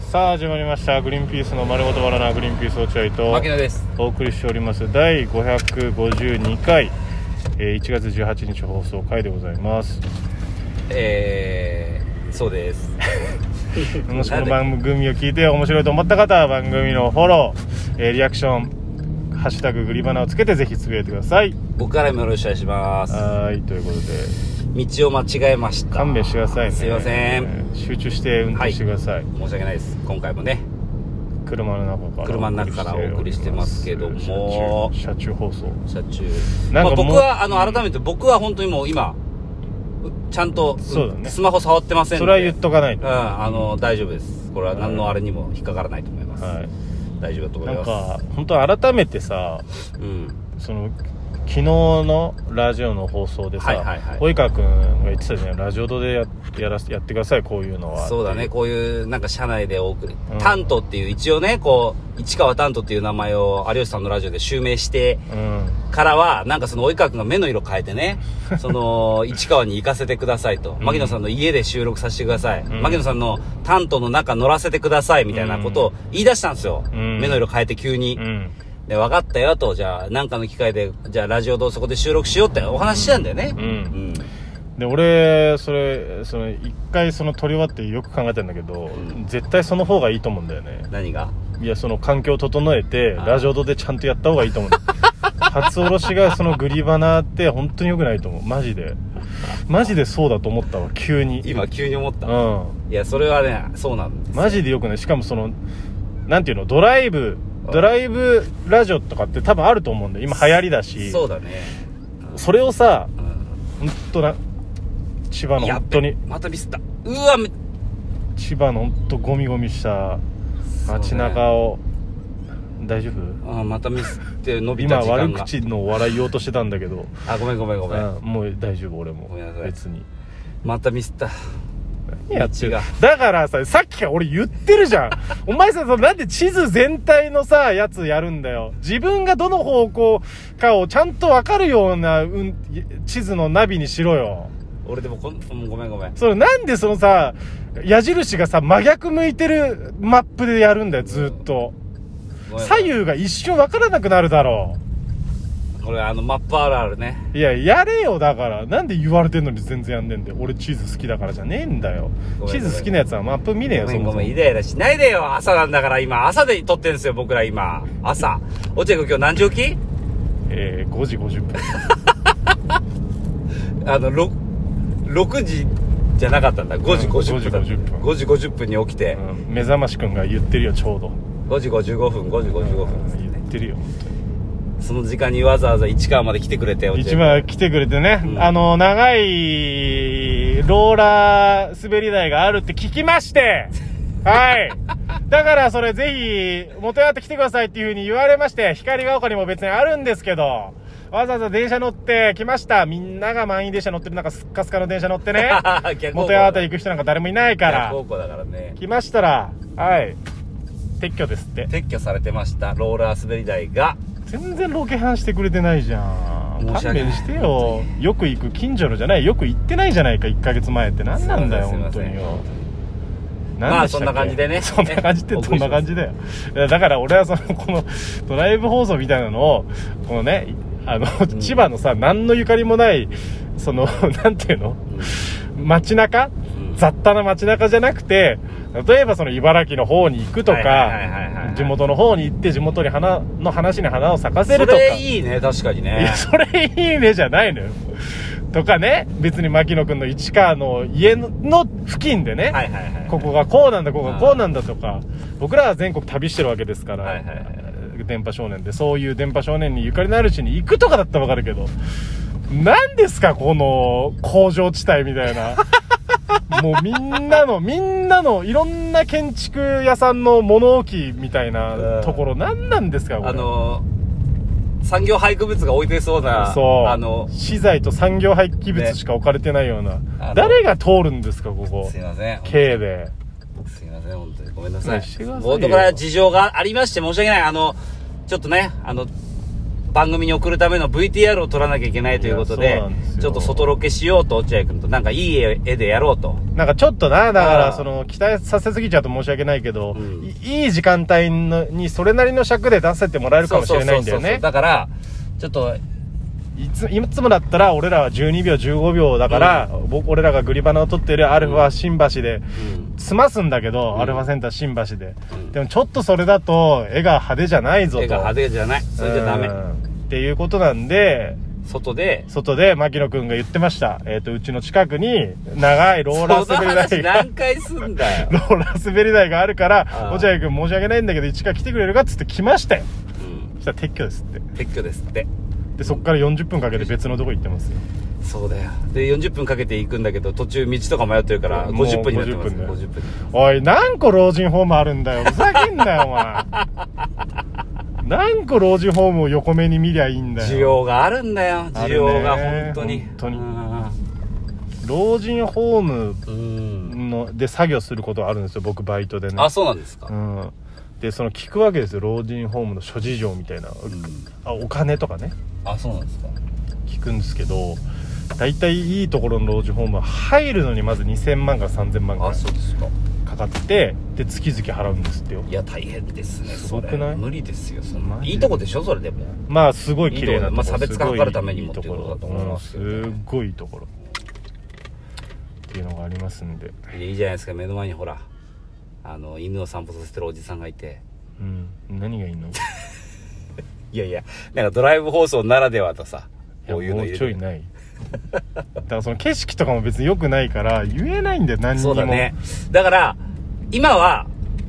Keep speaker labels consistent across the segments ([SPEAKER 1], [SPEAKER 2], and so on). [SPEAKER 1] さあ始まりましたグリーンピースの丸ごとバナナグリーンピース落合と
[SPEAKER 2] 牧野です
[SPEAKER 1] お送りしております第552回、えー1月18日放送回でございます
[SPEAKER 2] えー、そうです
[SPEAKER 1] もしこの番組を聞いて面白いと思った方は番組のフォロー、えーリアクション「ハッシュタググリバナ」をつけてぜひつぶやいてください
[SPEAKER 2] 僕からもよろしくお願いします
[SPEAKER 1] はーいということで
[SPEAKER 2] 道を間違えました
[SPEAKER 1] 勘弁してくださいね
[SPEAKER 2] すいません、
[SPEAKER 1] えー集中して運転してください、
[SPEAKER 2] 申し訳ないです今回もね
[SPEAKER 1] 車の中から
[SPEAKER 2] 車の中からお送りしてますけども
[SPEAKER 1] 車中車中放送
[SPEAKER 2] 車中
[SPEAKER 1] なん
[SPEAKER 2] ま
[SPEAKER 1] か
[SPEAKER 2] あ、
[SPEAKER 1] もう
[SPEAKER 2] 僕はあの改めて僕は本当にもう今うちゃんと、
[SPEAKER 1] そうだね
[SPEAKER 2] スマホ触ってませんので
[SPEAKER 1] それは言っとかない
[SPEAKER 2] うん
[SPEAKER 1] と、
[SPEAKER 2] あの大丈夫ですこれは何のあれにも引っかからないと思います、
[SPEAKER 1] は
[SPEAKER 2] 大丈夫だと
[SPEAKER 1] い、
[SPEAKER 2] 思
[SPEAKER 1] ない
[SPEAKER 2] ま
[SPEAKER 1] ん
[SPEAKER 2] す
[SPEAKER 1] か本当改めてさ
[SPEAKER 2] うん
[SPEAKER 1] その昨日のラジオの放送でさ、
[SPEAKER 2] はいはいはい
[SPEAKER 1] 及川君が言ってたじゃんラジオドでややらせやってくださいこういうのは
[SPEAKER 2] そうだね、こういう、なんか社内でお送り
[SPEAKER 1] うん、
[SPEAKER 2] 担当っていう、一応ね、こう、市川担当っていう名前を有吉さんのラジオで襲名して
[SPEAKER 1] うん
[SPEAKER 2] からは、なんかその及川くんが目の色変え てね、その、市川に行かせてくださいと、
[SPEAKER 1] うん
[SPEAKER 2] 牧野さんの家で収録させてください、
[SPEAKER 1] ん
[SPEAKER 2] 牧野さんの担当の中乗らせてください、みたいなことを言い出したんですよ。
[SPEAKER 1] うん
[SPEAKER 2] 目の色変えて急に。
[SPEAKER 1] うん
[SPEAKER 2] で、分かったよと、じゃあ、なんかの機会で、じゃあラジオどうそこで収録しようってお話ししたんだよね。
[SPEAKER 1] う
[SPEAKER 2] うんん。
[SPEAKER 1] で俺それその一回その撮り終わってよく考えたんだけど、
[SPEAKER 2] ん
[SPEAKER 1] 絶対その方がいいと思うんだよね
[SPEAKER 2] 何が
[SPEAKER 1] いやその環境を整えて
[SPEAKER 2] あー
[SPEAKER 1] ラジオドでちゃんとやった方がいい と思う初おろしがそのグリバナって本当に良くないと思うマジでマジでそうだと思ったわ急に
[SPEAKER 2] 今急に思っ
[SPEAKER 1] う
[SPEAKER 2] た。
[SPEAKER 1] ん
[SPEAKER 2] いや、それはね、そうなんですよ
[SPEAKER 1] マジでよくないしかもそのなんていうのドライブ
[SPEAKER 2] あ
[SPEAKER 1] ドライブラジオとかって多分あると思うんだよ今流行りだし
[SPEAKER 2] そうだね、
[SPEAKER 1] それをさ
[SPEAKER 2] う
[SPEAKER 1] 本当な千葉
[SPEAKER 2] ん、
[SPEAKER 1] の
[SPEAKER 2] やっ
[SPEAKER 1] 本当に
[SPEAKER 2] またミスったうわめ
[SPEAKER 1] 千葉の本当ゴミゴミした街中を、大丈夫
[SPEAKER 2] あまたミスって伸び
[SPEAKER 1] 今
[SPEAKER 2] た時間が
[SPEAKER 1] 悪口のお笑い言おうとしてたんだけど、
[SPEAKER 2] あごめんごめんごめん、
[SPEAKER 1] うんもう大丈夫俺も
[SPEAKER 2] ごめんなさい
[SPEAKER 1] 別に
[SPEAKER 2] またミスった
[SPEAKER 1] 何やってる
[SPEAKER 2] 道が
[SPEAKER 1] だからささっきから俺言ってるじ ゃんお前さそのなんで地図全体のさやつやるんだよ自分がどの方向かをちゃんと分かるような、うん、地図のナビにしろよ
[SPEAKER 2] 俺でもこんうんごめんごめん
[SPEAKER 1] それなんでそのさ矢印がさ真逆向いてるマップでやるんだよずっと
[SPEAKER 2] ごめん
[SPEAKER 1] 左右が一瞬分からなくなるだろ
[SPEAKER 2] これあのマップあるあるね
[SPEAKER 1] ういややれよだからなんで言われてんのに全然やんねんだよ俺地図好きだからじゃねえんだよ
[SPEAKER 2] ごめん
[SPEAKER 1] 地図好きなやつはマップ見ねえよ
[SPEAKER 2] ご
[SPEAKER 1] そ
[SPEAKER 2] めん
[SPEAKER 1] も
[SPEAKER 2] ご
[SPEAKER 1] そ
[SPEAKER 2] め
[SPEAKER 1] も
[SPEAKER 2] んイライラしないでよ朝なんだから今朝で撮ってんすよ僕ら今朝落合君今日何時起き
[SPEAKER 1] えー、5時50分
[SPEAKER 2] あの 6, 6時じゃなかったんだ5時50分だ、
[SPEAKER 1] うん5時50分
[SPEAKER 2] 5時50分に起きて、
[SPEAKER 1] うん目覚ましくんが言ってるよちょうど
[SPEAKER 2] 5時55分5時55分です
[SPEAKER 1] 言ってるよ
[SPEAKER 2] その時間にわざわざ市川まで来てくれて、
[SPEAKER 1] 一 番来てくれてね、
[SPEAKER 2] うん
[SPEAKER 1] あの長いローラー滑り台があるって聞きましてはいだからそれぜひ元やって来てくださいっていうふうに言われまして光が丘にも別にあるんですけどわざわざ電車乗って来ましたみんなが満員電車乗ってる中すっかすかの電車乗って ね
[SPEAKER 2] 逆方向
[SPEAKER 1] 元屋辺り行く人なんか誰もいないか
[SPEAKER 2] 逆
[SPEAKER 1] ら
[SPEAKER 2] 方向だからね。
[SPEAKER 1] 来ましたらはい撤去ですって
[SPEAKER 2] 撤去されてました、ローラー滑り台が。
[SPEAKER 1] 全然ロケハンしてくれてないじゃん
[SPEAKER 2] 申
[SPEAKER 1] 勘
[SPEAKER 2] し訳な
[SPEAKER 1] 弁
[SPEAKER 2] い
[SPEAKER 1] してよよく行く近所のじゃないよく行ってないじゃないか1ヶ月前って何なんだよ
[SPEAKER 2] すいま
[SPEAKER 1] 本
[SPEAKER 2] せ
[SPEAKER 1] 当
[SPEAKER 2] ん
[SPEAKER 1] によ
[SPEAKER 2] ま
[SPEAKER 1] 何
[SPEAKER 2] あ
[SPEAKER 1] でしたっけ
[SPEAKER 2] そんな感じで ね
[SPEAKER 1] そんな感じ って
[SPEAKER 2] お
[SPEAKER 1] ど
[SPEAKER 2] 送
[SPEAKER 1] ん
[SPEAKER 2] りします
[SPEAKER 1] な感じだよいやだから俺はそのこのドライブ放送みたいなのをこのねあの、
[SPEAKER 2] ん
[SPEAKER 1] 千葉のさ何のゆかりもないその なんていうの街中
[SPEAKER 2] うん
[SPEAKER 1] 雑多な街中じゃなくて例えばその茨城の方に行くと
[SPEAKER 2] はいはいはいはいは
[SPEAKER 1] か
[SPEAKER 2] い
[SPEAKER 1] 地元の方に行って地元に花の話に花を咲かせ
[SPEAKER 2] そ
[SPEAKER 1] るとか
[SPEAKER 2] れいいね、確かに
[SPEAKER 1] い
[SPEAKER 2] ね
[SPEAKER 1] や。それいいねじゃないのよとかね別に牧野君の市川の家のの付近でね、
[SPEAKER 2] はいはいはい。
[SPEAKER 1] ここがこうなんだここがこうなんだとか僕らは全国旅してるわけですから、
[SPEAKER 2] はいはいはい。
[SPEAKER 1] 電波少年でそういう電波少年にゆかりのある地に行くとかだったらわかるけど何ですかこの工場地帯みたい なもうみんなのみんなのいろんな建築屋さんの物置みたいなところ何なんですかこれ
[SPEAKER 2] あのー、産業廃棄物が置いてそうな、
[SPEAKER 1] そう
[SPEAKER 2] あの、
[SPEAKER 1] 資材と産業廃棄物しか置かれてないような、
[SPEAKER 2] あの
[SPEAKER 1] 誰が通るんですかここ
[SPEAKER 2] すいません。
[SPEAKER 1] K で
[SPEAKER 2] すいません、本当に。ごめんなさい
[SPEAKER 1] ねしてください。よ
[SPEAKER 2] 冒頭から事情がありまして申し訳ない。あの、ちょっとね、あの、番組に送るための VTR を撮らなきゃいけないということ
[SPEAKER 1] いや
[SPEAKER 2] で
[SPEAKER 1] そうなんですよ
[SPEAKER 2] ちょっと外ロケしようと落合君となんかいい絵でやろうと
[SPEAKER 1] なんかちょっとな、だか
[SPEAKER 2] あ
[SPEAKER 1] ら
[SPEAKER 2] ー
[SPEAKER 1] その期待させすぎちゃうと申し訳ないけど、
[SPEAKER 2] うん
[SPEAKER 1] いいい時間帯のにそれなりの尺で出せてもらえるかもしれないんだよ
[SPEAKER 2] そうそうそうそう
[SPEAKER 1] ね。
[SPEAKER 2] だからちょっと
[SPEAKER 1] いついつもだったら俺らは12秒15秒だから、僕俺らがグリバナを取ってるアルファ新橋で済ますんだけど、
[SPEAKER 2] うん
[SPEAKER 1] アルファセンター新橋で、
[SPEAKER 2] うん
[SPEAKER 1] でもちょっとそれだと絵が派手じゃないぞと
[SPEAKER 2] 絵が派手じゃないそれじゃダメ
[SPEAKER 1] うんっていうことなんで
[SPEAKER 2] 外で
[SPEAKER 1] 外で牧野くんが言ってました、えっとうちの近くに長いロー
[SPEAKER 2] そ
[SPEAKER 1] ラ
[SPEAKER 2] の
[SPEAKER 1] ー滑り台
[SPEAKER 2] 話
[SPEAKER 1] が
[SPEAKER 2] 何回すんだ よ
[SPEAKER 1] ローラー滑り台があるから
[SPEAKER 2] あー
[SPEAKER 1] 落合君申し訳ないんだけど一から来てくれるかっつって来ましたよ
[SPEAKER 2] うん
[SPEAKER 1] そしたら撤去ですって
[SPEAKER 2] 撤去ですって
[SPEAKER 1] でそっから40分かけて別のとこ行ってますよ
[SPEAKER 2] そうだよで40分かけて行くんだけど途中道とか迷ってるから
[SPEAKER 1] もう
[SPEAKER 2] 50分になってま
[SPEAKER 1] 50
[SPEAKER 2] す
[SPEAKER 1] 分だよ
[SPEAKER 2] 50分
[SPEAKER 1] おい何個老人ホームあるんだよふざけんなよお前何個老人ホームを横目に見りゃいいんだ
[SPEAKER 2] 需
[SPEAKER 1] よ
[SPEAKER 2] 要があるんだよ
[SPEAKER 1] あ
[SPEAKER 2] 需
[SPEAKER 1] るね
[SPEAKER 2] 要が本当に
[SPEAKER 1] 本当に
[SPEAKER 2] うん
[SPEAKER 1] 老人ホーム
[SPEAKER 2] うん
[SPEAKER 1] ので作業することあるんですよ僕バイトでね
[SPEAKER 2] あそうなんですか
[SPEAKER 1] うんでその聞くわけですよ老人ホームの諸事情みたいな、
[SPEAKER 2] ん
[SPEAKER 1] あお金とかね
[SPEAKER 2] あそうなんですか
[SPEAKER 1] 聞くんですけど大体いいところの老人ホームは入るのにまず2000万から3000万ぐら
[SPEAKER 2] あ
[SPEAKER 1] い
[SPEAKER 2] そうですか
[SPEAKER 1] かかってで月々払うんですってよ
[SPEAKER 2] いや大変ですね
[SPEAKER 1] す
[SPEAKER 2] そ
[SPEAKER 1] ご
[SPEAKER 2] れ
[SPEAKER 1] くない
[SPEAKER 2] 無理ですよそん
[SPEAKER 1] マ
[SPEAKER 2] な
[SPEAKER 1] ジで
[SPEAKER 2] いいとこでしょそれでも
[SPEAKER 1] まあすごい綺麗なところ
[SPEAKER 2] いいとこまあ差別化
[SPEAKER 1] すごい
[SPEAKER 2] 図るためにも
[SPEAKER 1] いいところ
[SPEAKER 2] っていうことだと思いますけど
[SPEAKER 1] うんすっごいいいところっていうのがありますんで
[SPEAKER 2] いいじゃないですか目の前にほらあの犬を散歩させてるおじさんがいて
[SPEAKER 1] うん何がいい のい
[SPEAKER 2] いやいやなんかドライブ放送ならではとさ
[SPEAKER 1] や
[SPEAKER 2] こういうの
[SPEAKER 1] も
[SPEAKER 2] 入
[SPEAKER 1] う
[SPEAKER 2] れ
[SPEAKER 1] ちょ
[SPEAKER 2] て
[SPEAKER 1] いないだからその景色とかも別に良くないから言えないんで何に
[SPEAKER 2] そ
[SPEAKER 1] も
[SPEAKER 2] うだねだから今は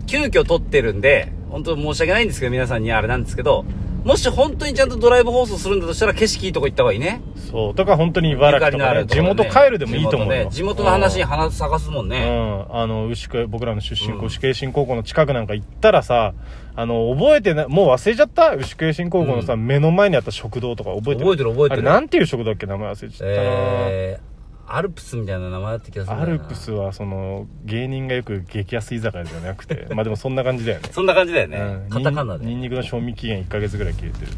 [SPEAKER 2] 急遽撮ってるんで本当申し訳ないんですけど皆さんにあれなんですけどもし本当にちゃんとドライブ放送するんだとしたら景色いいとこ行った方がいいね
[SPEAKER 1] そうとか本当に茨城とか、ね、
[SPEAKER 2] ゆか
[SPEAKER 1] 地
[SPEAKER 2] りのある
[SPEAKER 1] 元
[SPEAKER 2] とこね
[SPEAKER 1] 帰るでもいいと思う
[SPEAKER 2] 地元,、
[SPEAKER 1] よ
[SPEAKER 2] ね、地元の話に話探すもんね、
[SPEAKER 1] うん、あの牛久僕らの出身
[SPEAKER 2] うん
[SPEAKER 1] 牛久栄新高校の近くなんか行ったらさあの覚えてないもう忘れちゃった牛久栄新高校のさ、
[SPEAKER 2] う
[SPEAKER 1] 目の前にあった食堂とか覚えてる
[SPEAKER 2] 覚えてる覚えてる
[SPEAKER 1] あれなんていう食堂だっけ名前忘れちゃったな、
[SPEAKER 2] えー、アルプスみたいな名前だった気がするん
[SPEAKER 1] ア
[SPEAKER 2] だよ
[SPEAKER 1] ル
[SPEAKER 2] な
[SPEAKER 1] プスはその芸人がよく激安居酒屋じゃなく てまあでもそんな感じだよね
[SPEAKER 2] そんな感じだよ
[SPEAKER 1] う
[SPEAKER 2] ね
[SPEAKER 1] ん
[SPEAKER 2] カタカナ
[SPEAKER 1] にん
[SPEAKER 2] で
[SPEAKER 1] にんにくの賞味期限1ヶ月ぐらい切れてる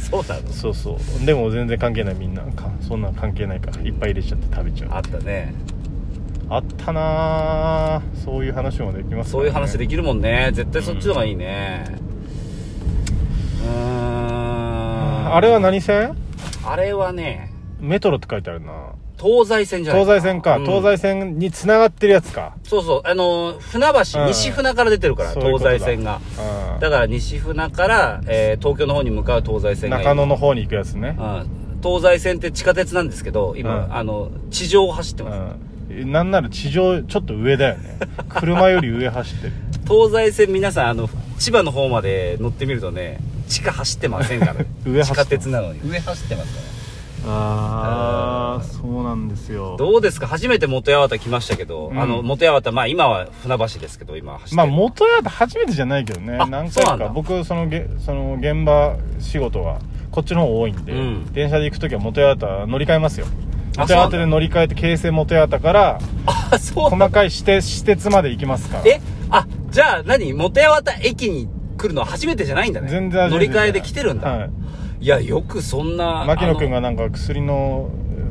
[SPEAKER 2] そうなの
[SPEAKER 1] そうそうでも全然関係ないみんなかそんなん関係ないからいっぱい入れちゃって食べちゃう
[SPEAKER 2] あったね
[SPEAKER 1] あったなあそういう話もできますからね
[SPEAKER 2] そういう話できるもんね絶対そっちの方がいいねうーん
[SPEAKER 1] あれは何線
[SPEAKER 2] あれはね
[SPEAKER 1] メトロって書いてあるな
[SPEAKER 2] 東西線じゃない
[SPEAKER 1] 東西線か、
[SPEAKER 2] うん
[SPEAKER 1] 東西線に繋がってるやつか、
[SPEAKER 2] そうそうあの船橋、
[SPEAKER 1] うん
[SPEAKER 2] 西船から出てるから
[SPEAKER 1] そういうこ
[SPEAKER 2] 東
[SPEAKER 1] とだ
[SPEAKER 2] 西線が
[SPEAKER 1] うん
[SPEAKER 2] だから西船から、えー東京の方に向かう東西線が今
[SPEAKER 1] 中野の方に行くやつね、
[SPEAKER 2] うん東西線って地下鉄なんですけど今、
[SPEAKER 1] うん
[SPEAKER 2] あの地上を走って
[SPEAKER 1] う
[SPEAKER 2] ます、
[SPEAKER 1] ん、なんなら地上ちょっと上だよ ね車より上走ってる
[SPEAKER 2] 東西線皆さんあの千葉の方まで乗ってみるとね地下走ってませんから
[SPEAKER 1] 上走ってます
[SPEAKER 2] 地下鉄なのに上走ってますから
[SPEAKER 1] あ
[SPEAKER 2] あー
[SPEAKER 1] そうなんですよ
[SPEAKER 2] どうですか初めて元八幡来ましたけど、
[SPEAKER 1] うん
[SPEAKER 2] あの元八幡まあ今は船橋ですけど今走ってる
[SPEAKER 1] まあ元やった初めてじゃないけどね
[SPEAKER 2] あ
[SPEAKER 1] 何
[SPEAKER 2] そうな
[SPEAKER 1] 回
[SPEAKER 2] んだ
[SPEAKER 1] か僕そのげその現場仕事がこっちの方多いんで、
[SPEAKER 2] うん
[SPEAKER 1] 電車で行く時は元八幡乗り換えますよ
[SPEAKER 2] あ
[SPEAKER 1] 元
[SPEAKER 2] そうな
[SPEAKER 1] 八
[SPEAKER 2] んだ
[SPEAKER 1] 幡で乗り換えて京成元八幡から
[SPEAKER 2] あそう
[SPEAKER 1] 細かい私鉄私鉄まで行きますから
[SPEAKER 2] えあじゃあ何元八幡駅に来るのは初めてじゃないんだね
[SPEAKER 1] 全然初
[SPEAKER 2] 乗
[SPEAKER 1] めて
[SPEAKER 2] り
[SPEAKER 1] じゃな
[SPEAKER 2] 換
[SPEAKER 1] い
[SPEAKER 2] えで来てるんだ、
[SPEAKER 1] はい
[SPEAKER 2] い、やよくそんな
[SPEAKER 1] 牧野君
[SPEAKER 2] あ
[SPEAKER 1] がなんか薬の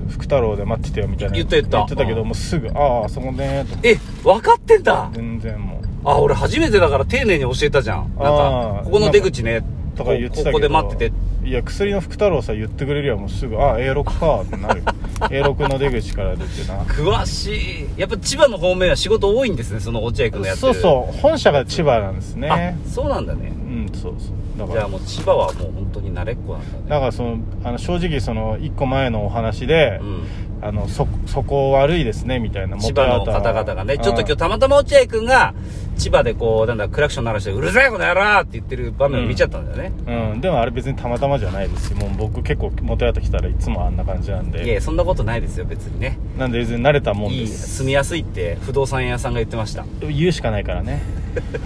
[SPEAKER 1] えー福太郎で待っててよみたいな
[SPEAKER 2] 言った言った
[SPEAKER 1] 言ってたけど、
[SPEAKER 2] うん
[SPEAKER 1] もうすぐああそこねーと
[SPEAKER 2] のえ分かってんだ
[SPEAKER 1] 全然もう
[SPEAKER 2] あ俺初めてだから丁寧に教えたじゃんなん
[SPEAKER 1] あ
[SPEAKER 2] か
[SPEAKER 1] ー
[SPEAKER 2] ここの出口ね
[SPEAKER 1] とか言ってたけど
[SPEAKER 2] こここで待ってて
[SPEAKER 1] いや薬の福太郎さ言ってくれりゃもうすぐああ A6 かってなる よ A6 の出口から出てな
[SPEAKER 2] 詳しいやっぱ千葉の方面は仕事多いんですねその落合君のやって
[SPEAKER 1] そう
[SPEAKER 2] る
[SPEAKER 1] そう本社が千葉なんですね
[SPEAKER 2] あそうなんだね
[SPEAKER 1] うんそうそうだか
[SPEAKER 2] じゃあ
[SPEAKER 1] ら
[SPEAKER 2] もう千葉はもう本当に慣れっこなんだ
[SPEAKER 1] だ
[SPEAKER 2] ね
[SPEAKER 1] からそのあの正直その1個前のお話で、
[SPEAKER 2] うん
[SPEAKER 1] あのそそこ悪いですねみたいな
[SPEAKER 2] 千葉の
[SPEAKER 1] 元々
[SPEAKER 2] 方
[SPEAKER 1] は
[SPEAKER 2] 々がね、ちょっと今
[SPEAKER 1] う
[SPEAKER 2] 日
[SPEAKER 1] ん
[SPEAKER 2] たまたま落合くんが、千葉でこう、なんだ、クラクション鳴らして、うるさいこの野郎って言ってる場面を見ちゃったんだよね。
[SPEAKER 1] うん、でもあれ別にたまたまじゃないですしもう僕結構元々来たらいつもあんな感じなんで
[SPEAKER 2] いやいや、そんなことないですよ、別にね。
[SPEAKER 1] なんで別に慣れたもん
[SPEAKER 2] い
[SPEAKER 1] で
[SPEAKER 2] い、
[SPEAKER 1] す
[SPEAKER 2] 住みやすいって、不動産屋さんが言ってました。
[SPEAKER 1] 言うしかないから ね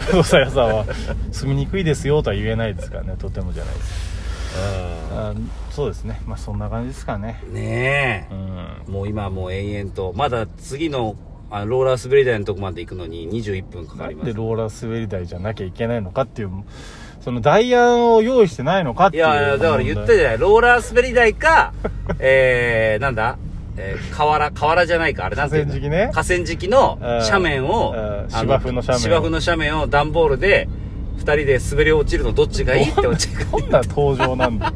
[SPEAKER 1] 不動産屋さんは住みにくいですよとは言えないですからねとてもじゃないですあそうですねまあそんな感じですかね
[SPEAKER 2] ね
[SPEAKER 1] うん
[SPEAKER 2] え。もう今もう延々と、まだ次の、あのローラー滑り台のとこまで行くのに21分かか
[SPEAKER 1] な
[SPEAKER 2] り
[SPEAKER 1] ん
[SPEAKER 2] ま。
[SPEAKER 1] ですローラー滑り台じゃなきゃいけないのかっていうそのダイヤを用意してないのかっ
[SPEAKER 2] い
[SPEAKER 1] ていう
[SPEAKER 2] やいや、だから言ったじゃない。ローラー滑り台 か、えー、なんだえー、河原、河原じゃないか、あれなんていうんだ
[SPEAKER 1] 河川敷ね
[SPEAKER 2] 河川敷の斜面を
[SPEAKER 1] うんうん、
[SPEAKER 2] あ
[SPEAKER 1] 芝生の斜面を
[SPEAKER 2] 芝生の斜面を段ボールで、二人で滑り落ちるのどっちがいいって 落ちるか。
[SPEAKER 1] どんな登場なんだ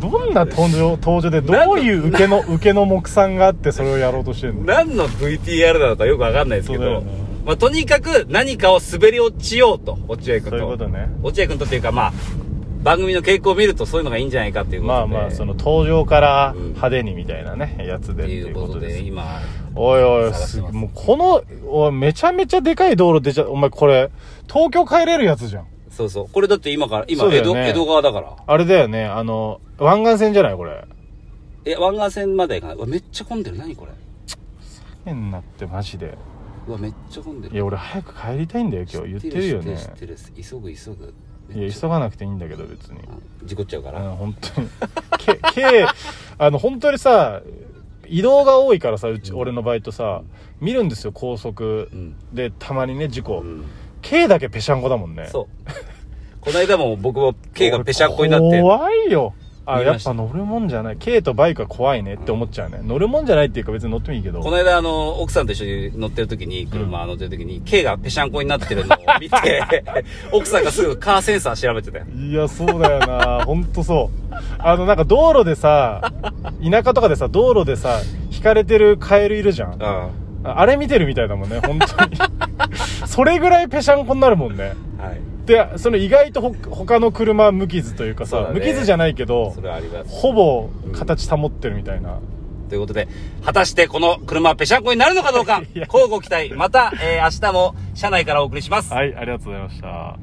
[SPEAKER 1] どんな登場登場でどういう受けの受けの目算があってそれをやろうとしてるの
[SPEAKER 2] 何の VTR なのかよくわかんないですけ
[SPEAKER 1] そうだよ
[SPEAKER 2] ど
[SPEAKER 1] ね、
[SPEAKER 2] まあ、とにかく何かを滑り落ちようと、落合君と。
[SPEAKER 1] そういうことね
[SPEAKER 2] 落合君とっていうか、まあ、番組の傾向を見るとそういうのがいいんじゃないかっていうことで。
[SPEAKER 1] まあまあその登場から
[SPEAKER 2] うん
[SPEAKER 1] 派手にみたいなね、やつで
[SPEAKER 2] っ
[SPEAKER 1] ってて
[SPEAKER 2] い
[SPEAKER 1] いうう
[SPEAKER 2] こ
[SPEAKER 1] ことと
[SPEAKER 2] で、
[SPEAKER 1] です
[SPEAKER 2] 今、
[SPEAKER 1] おいおい
[SPEAKER 2] 探して
[SPEAKER 1] す
[SPEAKER 2] ます
[SPEAKER 1] もうこのおいめちゃめちゃでかい道路出ちゃお前これ東京帰れるやつじゃん
[SPEAKER 2] そうそう。これだって今から、今、
[SPEAKER 1] そうだ
[SPEAKER 2] 江
[SPEAKER 1] よ
[SPEAKER 2] 戸、
[SPEAKER 1] ね
[SPEAKER 2] 江戸川だから。
[SPEAKER 1] あれだよねあの湾岸線じゃないこれ
[SPEAKER 2] え、湾岸線までが、うわめっちゃ混んでる。何これ。
[SPEAKER 1] 変になってマジで
[SPEAKER 2] うわ、めっちゃ混んで
[SPEAKER 1] い
[SPEAKER 2] る。
[SPEAKER 1] や俺早く帰りたいんだよ今日言ってるよね
[SPEAKER 2] 知ってる、知ってる。急ぐ、急ぐ。
[SPEAKER 1] いや急がなくていいんだけど別に
[SPEAKER 2] ぐ。事故っちゃうか
[SPEAKER 1] あ
[SPEAKER 2] ら。
[SPEAKER 1] の本当にけけあの本当にさ移動が多いからさうち、俺のバイトさ見るんですよ高速
[SPEAKER 2] うん。
[SPEAKER 1] でたまにね事故、
[SPEAKER 2] うん。
[SPEAKER 1] K だけぺしゃんこだもんね
[SPEAKER 2] そう。この間も僕も K がペシャンコになって
[SPEAKER 1] 俺、怖いよあ
[SPEAKER 2] 見ま
[SPEAKER 1] やっ
[SPEAKER 2] した
[SPEAKER 1] ぱ乗るもんじゃない K とバイクは怖いねって思っちゃうね、乗るもんじゃないっていうか別に乗ってもいいけど
[SPEAKER 2] この間、あの、奥さんと一緒に乗ってる時に、車乗ってる時に、K がペシャンコになってるのを見て、 奥さんがすぐカーセンサー調べてたよ。
[SPEAKER 1] いやそうだよな ほんとそうあのなんか道路でさ田舎とかでさ道路でさ引かれてるカエルいるじゃん
[SPEAKER 2] う
[SPEAKER 1] ああれ見てるみたいだもんね本当にそれぐらいぺしゃんこになるもんね
[SPEAKER 2] ん。はい。
[SPEAKER 1] でその意外とほ他の車無傷というか
[SPEAKER 2] そう
[SPEAKER 1] さ
[SPEAKER 2] だね
[SPEAKER 1] 無傷じゃないけど
[SPEAKER 2] それはありがとう。
[SPEAKER 1] ほぼ形保ってるみたいな、
[SPEAKER 2] ということで、果たしてこの車はペシャンコになるのかどうか、
[SPEAKER 1] いや
[SPEAKER 2] 交互期待。また、えー明日も車内からお送りします。
[SPEAKER 1] はいありがとうございました